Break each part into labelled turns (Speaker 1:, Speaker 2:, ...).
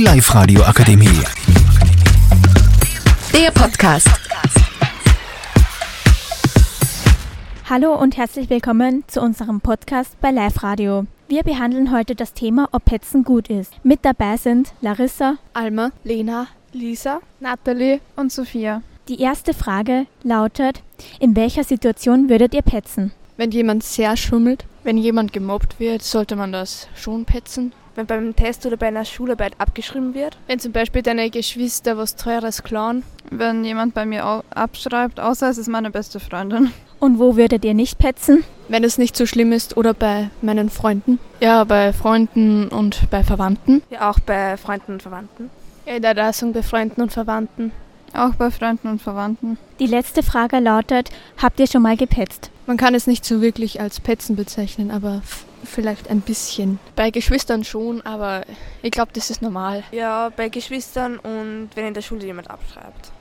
Speaker 1: Live Radio Akademie.
Speaker 2: Der Podcast.
Speaker 3: Hallo und herzlich willkommen zu unserem Podcast bei Live Radio. Wir behandeln heute das Thema, ob Hetzen gut ist. Mit dabei sind Larissa.
Speaker 4: Alma, Lena, Lisa, Natalie und Sophia.
Speaker 3: Die erste Frage lautet, in welcher Situation würdet ihr petzen?
Speaker 4: Wenn jemand sehr schummelt,
Speaker 5: Wenn jemand gemobbt wird, sollte man das schon petzen.
Speaker 6: wenn beim Test oder bei einer Schularbeit abgeschrieben wird.
Speaker 5: Wenn zum Beispiel deine Geschwister was Teures klauen,
Speaker 7: wenn jemand bei mir au- abschreibt, außer es ist meine beste Freundin.
Speaker 3: Und wo würdet ihr nicht petzen?
Speaker 4: wenn es nicht so schlimm ist oder bei meinen Freunden.
Speaker 5: ja, bei Freunden und bei Verwandten.
Speaker 6: Ja, auch bei Freunden und Verwandten.
Speaker 5: Ja, der Lassung bei Freunden und Verwandten.
Speaker 7: Auch bei Freunden und Verwandten.
Speaker 3: Die letzte Frage lautet, habt ihr schon mal gepetzt?
Speaker 4: Man kann es nicht so wirklich als Petzen bezeichnen, aber f- vielleicht ein bisschen.
Speaker 5: Bei Geschwistern schon, aber ich glaube, das ist normal.
Speaker 6: Ja, bei Geschwistern und wenn in der Schule jemand abschreibt.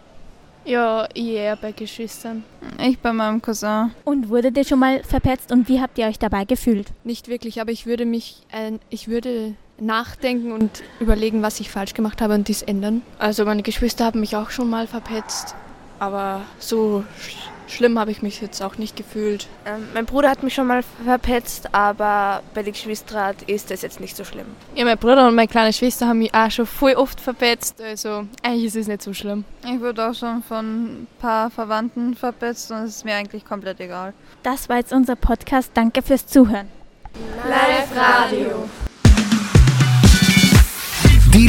Speaker 5: Ja, eher bei Geschwistern.
Speaker 7: Ich bei meinem Cousin.
Speaker 3: Und wurdet ihr schon mal verpetzt und wie habt ihr euch dabei gefühlt?
Speaker 4: Nicht wirklich, aber ich würde mich, ein- ich würde nachdenken und überlegen, was ich falsch gemacht habe und dies ändern.
Speaker 5: Also meine Geschwister haben mich auch schon mal verpetzt, aber so sch schlimm habe ich mich jetzt auch nicht gefühlt.
Speaker 6: Ähm, mein Bruder hat mich schon mal verpetzt, aber bei den Geschwistern ist das jetzt nicht so schlimm.
Speaker 5: Ja, mein Bruder und meine kleine Schwester haben mich auch schon voll oft verpetzt, also eigentlich ist es nicht so schlimm.
Speaker 7: Ich wurde auch schon von ein paar Verwandten verpetzt und es ist mir eigentlich komplett egal.
Speaker 3: Das war jetzt unser Podcast. Danke fürs Zuhören.
Speaker 1: Die